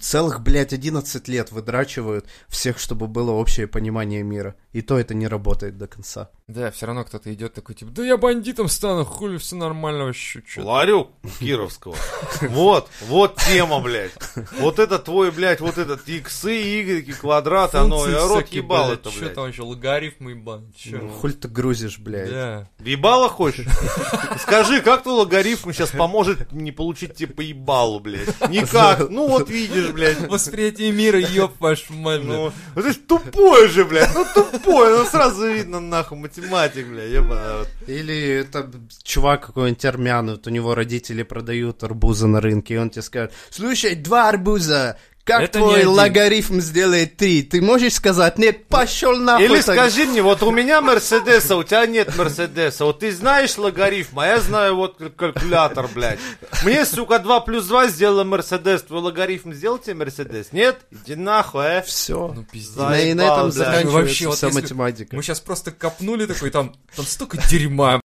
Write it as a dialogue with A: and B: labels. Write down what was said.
A: Целых, блядь, 11 лет выдрачивают всех, чтобы было общее понимание мира. И то это не работает до конца.
B: Да, все равно кто-то идет такой, типа, да я бандитом стану, хули, все нормально вообще, чё.
C: Ларю Кировского. Вот, вот тема, блядь. Вот это твой, блядь, вот этот иксы, игреки, квадрат, оно, я ну, рот ебал это,
B: Что
C: блядь. Ну,
B: там еще, логарифмы ебан, чё.
A: Хуль Ну, ты грузишь, блядь.
B: Да.
C: Ебало хочешь? Скажи, как твой логарифм сейчас поможет не получить типа ебалу, блядь? Никак. Ну вот видишь, блядь.
B: Восприятие мира, ёб вашу мать,
C: Ну,
B: блядь.
C: вот это ж тупой же, блядь, ну тупой, ну сразу видно, нахуй, математик, блядь, ебаная. вот.
A: Или это чувак какой-нибудь армян, вот у него родители продают арбузы на рынке, и он тебе скажет, слушай, два арбуза, как
B: Это не
A: твой
B: один». Ну,
A: логарифм сделает три? Ты можешь сказать, нет, пошел нахуй.
C: Или
A: так».
C: скажи мне, вот у меня Мерседеса, у тебя нет Мерседеса, вот ты знаешь логарифм, а я знаю вот каль- калькулятор, блядь. Мне, сука, 2 плюс 2 сделала Мерседес, твой логарифм сделал тебе Мерседес? Нет? Иди нахуй, э.
A: Все.
B: Ну, пиздец.
A: На, и на
C: Заебал,
A: этом
C: да.
A: заканчивается
B: Вообще, вот
A: вся
B: если-
A: математика.
B: Мы сейчас просто копнули такой, там, там столько дерьма,